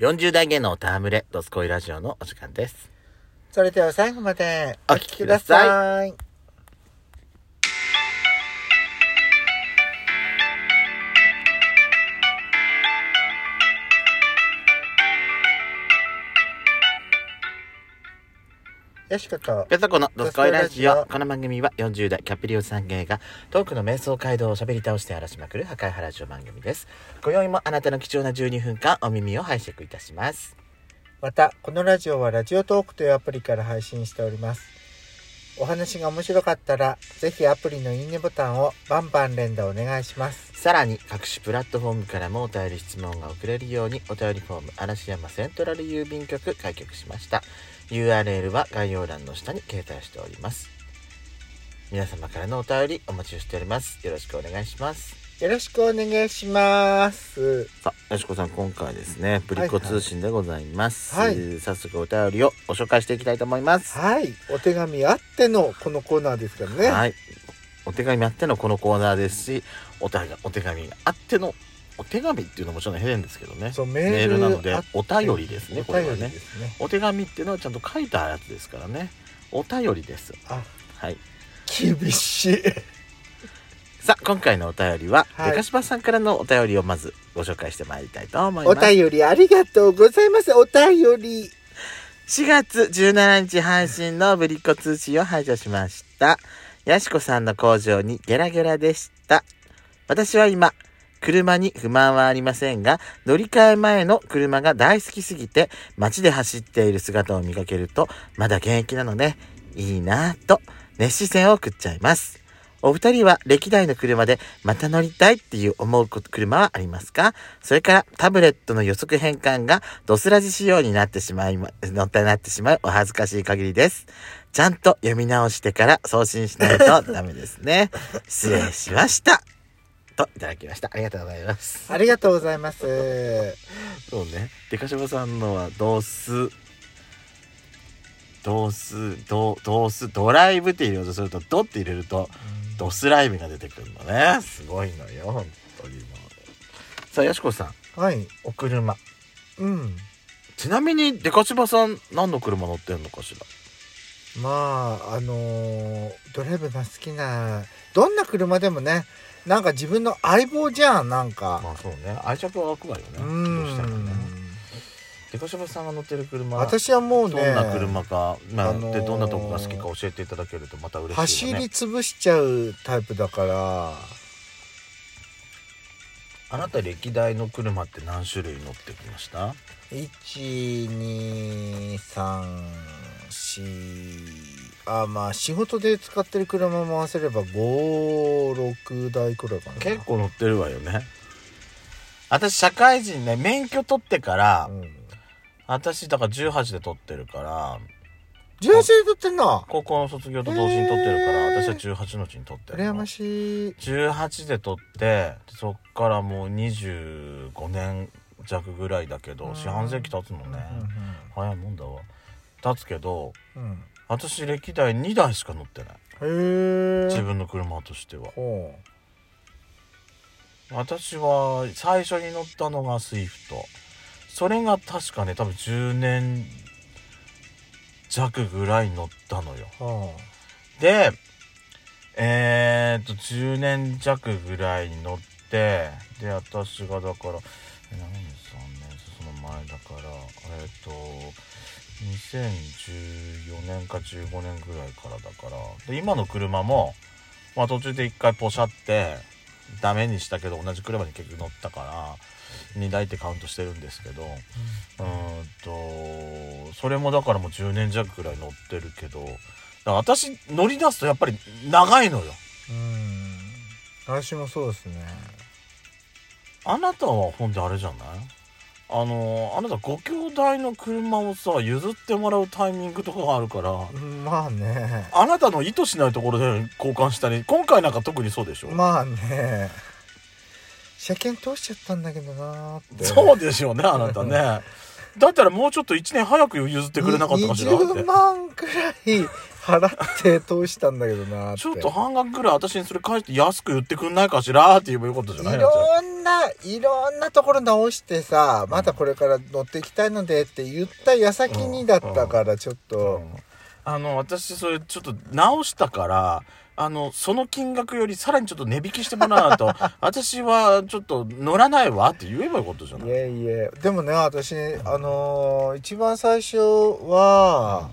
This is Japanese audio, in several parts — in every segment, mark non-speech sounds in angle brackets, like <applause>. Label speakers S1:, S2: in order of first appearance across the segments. S1: 40代芸能たわむれ、ドスコイラジオのお時間です。
S2: それでは最後まで
S1: お
S2: お
S1: 聞
S2: 聞
S1: き
S2: き
S1: く
S2: く
S1: だ
S2: だ
S1: さい
S2: さい。よしこと、
S1: ペソコのドスコイラジオ。
S2: ドスコイラジオ
S1: この番組は40代キャッピリオさん芸がトークの瞑想街道を喋り倒して荒らしまくる破壊ハラジオ番組です。今宵もあなたの貴重な12分間お耳を拝借いたします。
S2: また、このラジオはラジオトークというアプリから配信しております。お話が面白かったら、ぜひアプリのいいねボタンをバンバン連打お願いします。
S1: さらに各種プラットフォームからもお便り質問が送れるようにお便りフォーム嵐山セントラル郵便局開局しました URL は概要欄の下に掲載しております皆様からのお便りお待ちをしておりますよろしくお願いします
S2: よろしくお願いします。
S1: さあよしこさん今回ですねプリコ通信でございます、
S2: はい
S1: 早速お便りをご紹介していきたいと思います
S2: はい、お手紙あってのこのコーナーですからね。
S1: はいお手紙あってのこのコーナーですしお便りお手紙あってのお手紙っていうのもちろん変ですけどね
S2: そうメール
S1: メールなので
S2: あ
S1: お便りですねこ
S2: お
S1: れは
S2: 便り
S1: ね
S2: ですね。
S1: お手紙っていうのはちゃんと書いたやつですからねお便りです
S2: あ、
S1: はい
S2: 厳しい。
S1: さあ今回のお便りは、
S2: はい
S1: デカシバさんからのお便りをまずご紹介してまいりたいと思い
S2: お
S1: ます
S2: 便りありがとうございます。お便り。
S1: 4月17日配信のぶりっ子通信を排除しましたやしこさんの工場にゲラゲラでした私は今車に不満はありませんが乗り換え前の車が大好きすぎて街で走っている姿を見かけるとまだ現役なのでいいなぁと熱視線を送っちゃいますお二人は歴代の車でまた乗りたいっていう思うこと車はありますかそれからタブレットの予測変換がドスラジ仕様になってしまいま、乗ったなってしまいお恥ずかしい限りです。ちゃんと読み直してから送信しないとダメです <laughs> ね。失礼しました。といただきました。ありがとうございます。
S2: ありがとうございます。
S1: そうね。でかしばさんのはドス、ドス、ド、ドス、ドライブって入れようとすると、ドって入れると、ドスライブが出てくるのね。すごいのよ、本当にもう。さあ、やしこさん、
S2: はい。
S1: お車。
S2: うん。
S1: ちなみに、デカシバさん、何の車乗ってんのかしら
S2: まあ、あのードライブが好きな、どんな車でもね、なんか自分の相棒じゃん、なんか。
S1: まあそうね愛着は湧くわよね
S2: う
S1: どうしてもね
S2: ん。
S1: デカシバさんが乗ってる車
S2: 私はもう
S1: どん
S2: ね、
S1: な車か、まあ
S2: あのー
S1: でどんなとこが好きか教えていただけるとまた嬉しい
S2: 走
S1: よね
S2: り潰しちゃうタイプだから、
S1: あなた歴代の車って何種類乗ってきました
S2: 1234あまあ仕事で使ってる車も合わせれば56台くらいかな
S1: 結構乗ってるわよね私社会人ね免許取ってから
S2: うん
S1: 私だから18で取ってるから
S2: 自動車で撮ってんな
S1: 高校の卒業と同時に取ってるから
S2: へー
S1: 私は18のうちに取ってる
S2: 羨
S1: の
S2: ましい
S1: 18で取ってそっからもう25年弱ぐらいだけど
S2: うん
S1: 四半世紀経つのね、早いもんだわ経つけど
S2: うんうん
S1: 私歴代2台しか乗ってない
S2: うんへ
S1: 自
S2: え
S1: 分の車としては
S2: ほ
S1: 私は最初に乗ったのがスイフトそれが確かね多分10年弱ぐらい乗ったのよ
S2: うは
S1: でえー、っと10年弱ぐらい乗ってで私がだからえ何年3年その前だからえー、っと2014年か15年ぐらいからだからで今の車も、まあ、途中で一回ポシャってダメにしたけど同じ車に結局乗ったから2台ってカウントしてるんですけどうーんとそれもだからもう10年弱ぐらい乗ってるけどだから私乗り出すとやっぱり長いのよ
S2: あうん私もそうですね
S1: あなたはほんであれじゃないあのあなたご兄弟の車をさ譲ってもらうタイミングとかがあるから
S2: うんまあね
S1: あなたの意図しないところで交換したり今回なんか特にそうでしょ、
S2: まあね車検通しちゃったんだけどなーって
S1: そうですよねあなたねだったらもうちょっと1年早く譲ってくれなかったかしらっ
S2: 20
S1: て
S2: 万くらい払って通したんだけどなーって
S1: ちょっと半額ぐらい私にそれ返して安く言ってくんないかしらって言えばよかったじゃない
S2: い
S1: やつ
S2: ろんないろんなところ直してさまたこれから乗っていきたいのでって言った矢先にだったからちょっと
S1: あの私それちょっと直したからあのその金額よりさらにちょっと値引きしてもらわ
S2: <laughs>
S1: ないと私はちょっと乗らないわって言えばよかったじゃない
S2: いえいえでもね私あのー一番最初は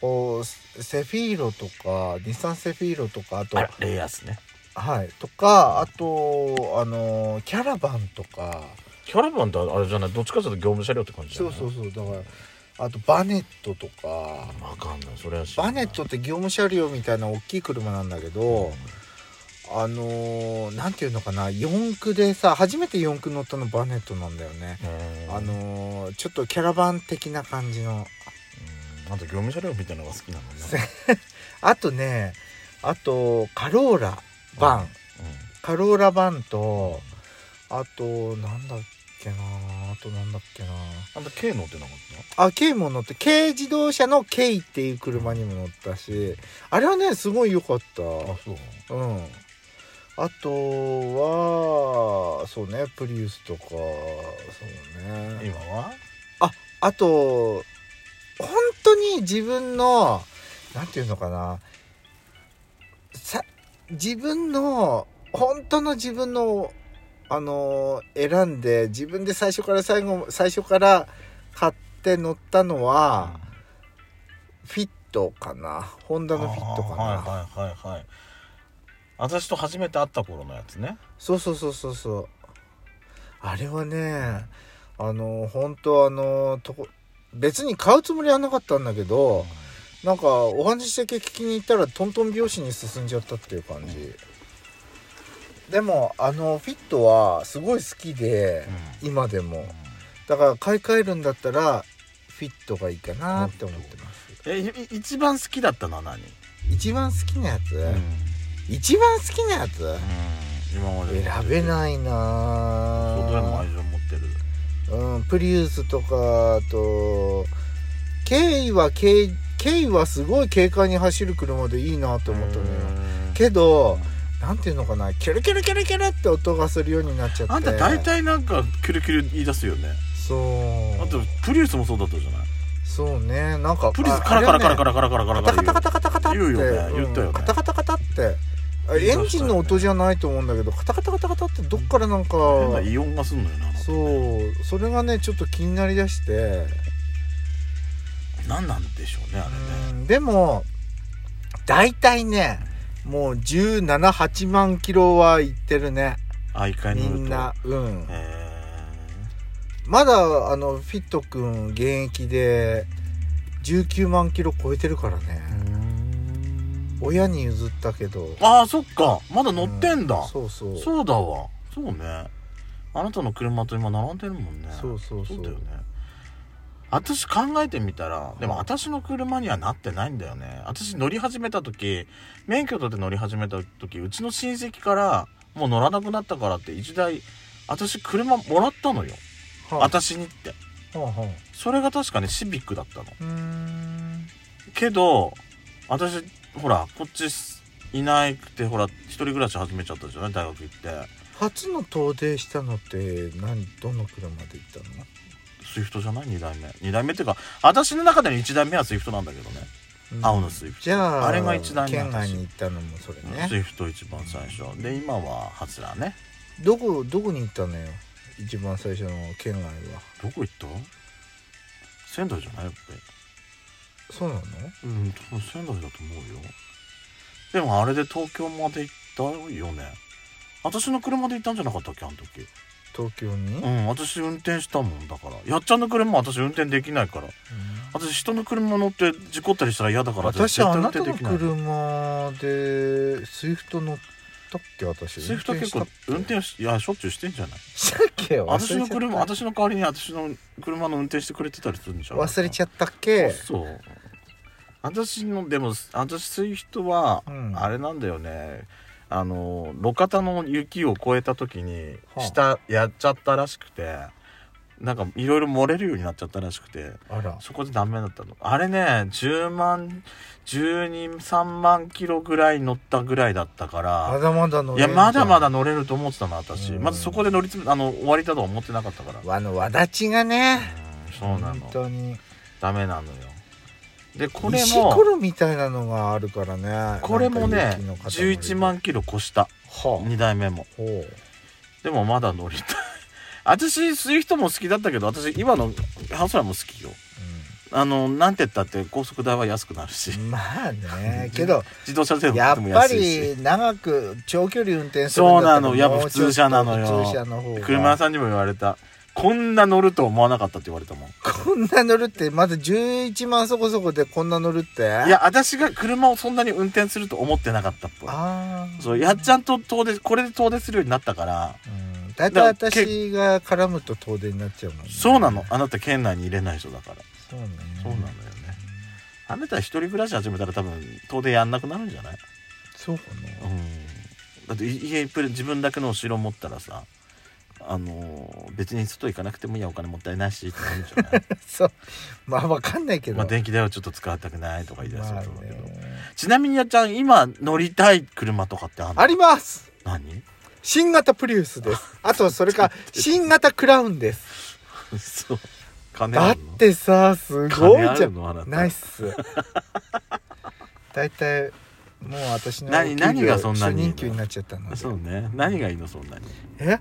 S2: おセフィーロとか日産セフィーロとかあと
S1: あらレイアースね
S2: はいとかあとあのーキャラバンとか
S1: キャラバンってあれじゃないどっちかというと業務車両って感じじゃ
S2: そ
S1: な
S2: う
S1: い
S2: そうそうだからあとバネットとか
S1: わかんないそれは知らな
S2: バ
S1: い
S2: ネットって業務車両みたいな大きい車なんだけど、あのー、なんていうのかな四駆でさ初めて四駆乗ったのバネットなんだよね、
S1: うん
S2: あのー、ちょっとキャラバン的な感じの
S1: うんあと業務車両みたいなのが好きなのね
S2: あとねあとカローラバン、
S1: うん
S2: カローラバンとあとなんだっけなあとなんだっけな
S1: あんた K 乗ってなかった
S2: あ、軽も乗って、軽自動車の軽っていう車にも乗ったし、あれはね、すごい良かった。
S1: そう
S2: うん。あとは、そうね、プリウスとか、そうね。
S1: 今は
S2: あと、本当に自分の、なんていうのかな、さ、自分の、本当の自分の、あの、選んで、自分で最初から最後、最初から買って乗ったのは、フィットかな。ホンダのフィットかな。
S1: あーはいはいはいはい私と初めて会った頃のやつね
S2: そうそうそうそうそうあれはねあの本当あのとこ別に買うつもりはなかったんだけどなんかお話だけ聞きに行ったらトントン拍子に進んじゃったっていう感じでもあのフィットはすごい好きで今でもだから買い替えるんだったらフィットがいいかなって思ってます
S1: えい一番好きだったのは何
S2: 一番好きなやつ、
S1: うん
S2: 一番好きなやつ
S1: 今まで
S2: 選べ
S1: い
S2: ないなぁ
S1: 相当への愛情持ってる
S2: うん、プリウスとかあとケイはケイケイはすごい軽快に走る車でいいなと思ったのよ
S1: うん
S2: けどなんていうのかなキュルキュルキュルキュルって音がするようになっちゃって
S1: あんた大体なんかキュルキュル言い出すよね
S2: そう
S1: あとプリウスもそうだったじゃない
S2: そうねなんか
S1: プリウス
S2: あ
S1: カラカラカラカラカラカラカ
S2: あ
S1: ラ
S2: れね
S1: カ
S2: カ
S1: ラ
S2: タカタカタカタカタって
S1: 言うよね言ったよね
S2: うんカタカタカタってあ
S1: 言い出した
S2: エ
S1: よね
S2: ンジンの音じゃないと思うんだけどカタカタカタカタってどっからなんか
S1: 変な異音がすんのよな
S2: そうそれがねちょっと気になりだして
S1: 何なんでしょうねあれね
S2: うんでも大体ねもう178万キロは行ってるね
S1: 相変
S2: み
S1: えの
S2: んなうん
S1: え
S2: まだあのフィットくん現役で19万キロ超えてるからね、親に譲ったけど
S1: ああそっかまだ乗ってんだ、
S2: う
S1: そ
S2: そうそうう
S1: だわそうねあなたの車と今並んでるもんね
S2: そうそうそう
S1: だよね私考えてみたらでも私の車にはなってないんだよね私乗り始めた時免許取って乗り始めた時うちの親戚からもう乗らなくなったからって一台私車もらったのよ
S2: はあ
S1: 私にって
S2: はあはあ
S1: それが確かねシビックだったの
S2: うーん
S1: けど私ほらこっちいないくてほら一人暮らし始めちゃったじゃない大学行って
S2: 初の遠出したのって何どの車で行ったの
S1: スイフトじゃない2代目2代目っていうか私の中での1代目はスイフトなんだけどね、
S2: うん
S1: 青のスイフト
S2: じゃあ
S1: あれが一段目
S2: 県外に行ったのもそれね
S1: スイフト一番最初で今はハスラーね
S2: どこどこに行ったのよ一番最初の県外は
S1: どこ行った仙台じゃないやっぱ
S2: そうなの
S1: りうん多分仙台だと思うよでもあれで東京まで行ったよね私の車で行ったんじゃなかったっけあの時
S2: 東京に、
S1: う
S2: うん
S1: ん私運転したもんだからやっちゃんの車私運転できないから私人の車乗って事故ったりしたら嫌だから絶
S2: 私
S1: 対
S2: あ
S1: 運
S2: な
S1: 転
S2: た
S1: で
S2: の
S1: きない
S2: 車でスイフト乗ったっけ私
S1: スイフト結構運
S2: し
S1: 転しいやしょっちゅうしてんじゃない
S2: たっけ
S1: 私
S2: 忘
S1: の
S2: れちゃった
S1: 車私の代わりに私の車の運転してくれてたりするんじゃない
S2: 忘れち
S1: ゃ
S2: ゃったっけ
S1: そう私のでも私スイフトは、
S2: うん
S1: あれなんだよねあの路肩の雪を越えた時に
S2: はあ
S1: 下やっちゃったらしくて、なんかいろいろ漏れるようになっちゃったらしくて
S2: あら
S1: そこでダメだったのあれね10万123万キロぐらい乗ったぐらいだったか
S2: ま
S1: ら
S2: だまだの
S1: いやまだまだ乗れると思ってたな私
S2: うん
S1: まずそこで乗りつめあの終わりだとは思ってなかったから
S2: あのわだちがね
S1: うんそうな
S2: 本
S1: の
S2: 当に
S1: ダメなのよでこれ
S2: 石こ
S1: も
S2: ろみたいなのがあるからね
S1: これも
S2: なん
S1: ね
S2: か雪の塊で
S1: 11万キロ越した
S2: はあ
S1: 2代目も
S2: ほ
S1: でもまだ乗りたい <laughs> 私スイフトも好きだったけど私今のハソラも好きよあのなんて言ったって高速代は安くなるし
S2: う、うん、まあねけど
S1: 自動車税
S2: や
S1: <laughs>
S2: っ
S1: でも
S2: ぱ
S1: 安いし
S2: り長く長距離運転する
S1: そう
S2: ん
S1: な
S2: だったら
S1: のやっぱ
S2: も
S1: 普
S2: うちょっと
S1: 通車なのよ
S2: 普通車の方が
S1: 車屋さんにも言われたこんな乗ると思わなかったって言われたもん
S2: こんな乗るってまだ11万そこそこでこんな乗るってい
S1: いや私が車をそんなに運転すると思ってなかったっぽい
S2: ああ
S1: そうやっちゃんと遠出これで遠出するようになったから
S2: うん大体私が絡むと遠出になっちゃうもんね
S1: そうなのあなた県内に入れない人だから
S2: そうね
S1: そうなのよねあなた一人暮らし始めたら多分遠出やんなくなるんじゃない
S2: そうか
S1: う
S2: なん
S1: だってい家プレ自分だけのお城持ったらさあのー別に外行かなくてもいいやお金もったいないしってなるんじゃない
S2: そうまあわかんない <laughs> けど
S1: まあ電気代はちょっと使いたくないとか言い出すると思うけど、
S2: まあね
S1: ちなみにやっちゃん今乗りたい車とかってあるの
S2: あります
S1: 何
S2: 新型プリウスですあとそ
S1: <laughs>
S2: れか新型クラウンです
S1: そう金
S2: だ
S1: あ
S2: っ
S1: るの
S2: てさすごい
S1: 金あ
S2: じゃ
S1: る
S2: ん
S1: のあなた
S2: ナイス <laughs> 大体もう私の
S1: 何
S2: お給料
S1: 何がそんなに
S2: 初任給になっちゃったので
S1: そうね何がいいのそんなに
S2: え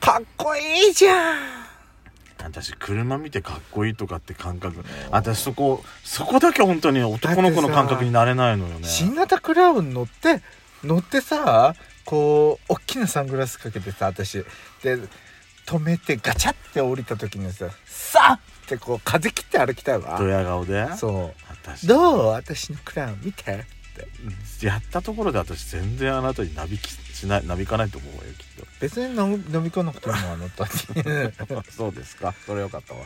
S2: かっこいいじゃん
S1: 私車見てかっこいいとかって感覚私そこそこだけ本当に男の子の感覚になれないのよね
S2: 新型クラウン乗って乗ってさこう大きなサングラスかけてさ私で止めてガチャって降りた時にさ「さあ!」ってこう風切って歩きたい
S1: ド
S2: わ
S1: ヤ顔で
S2: そ
S1: 私
S2: うどう私のクラウン見て
S1: やったところで私全然あなたになびきしないなびかないと思うわよきっ
S2: 別に飲む飲み込まなくてもあの
S1: <laughs>
S2: 時
S1: とそうですかそれよかったわ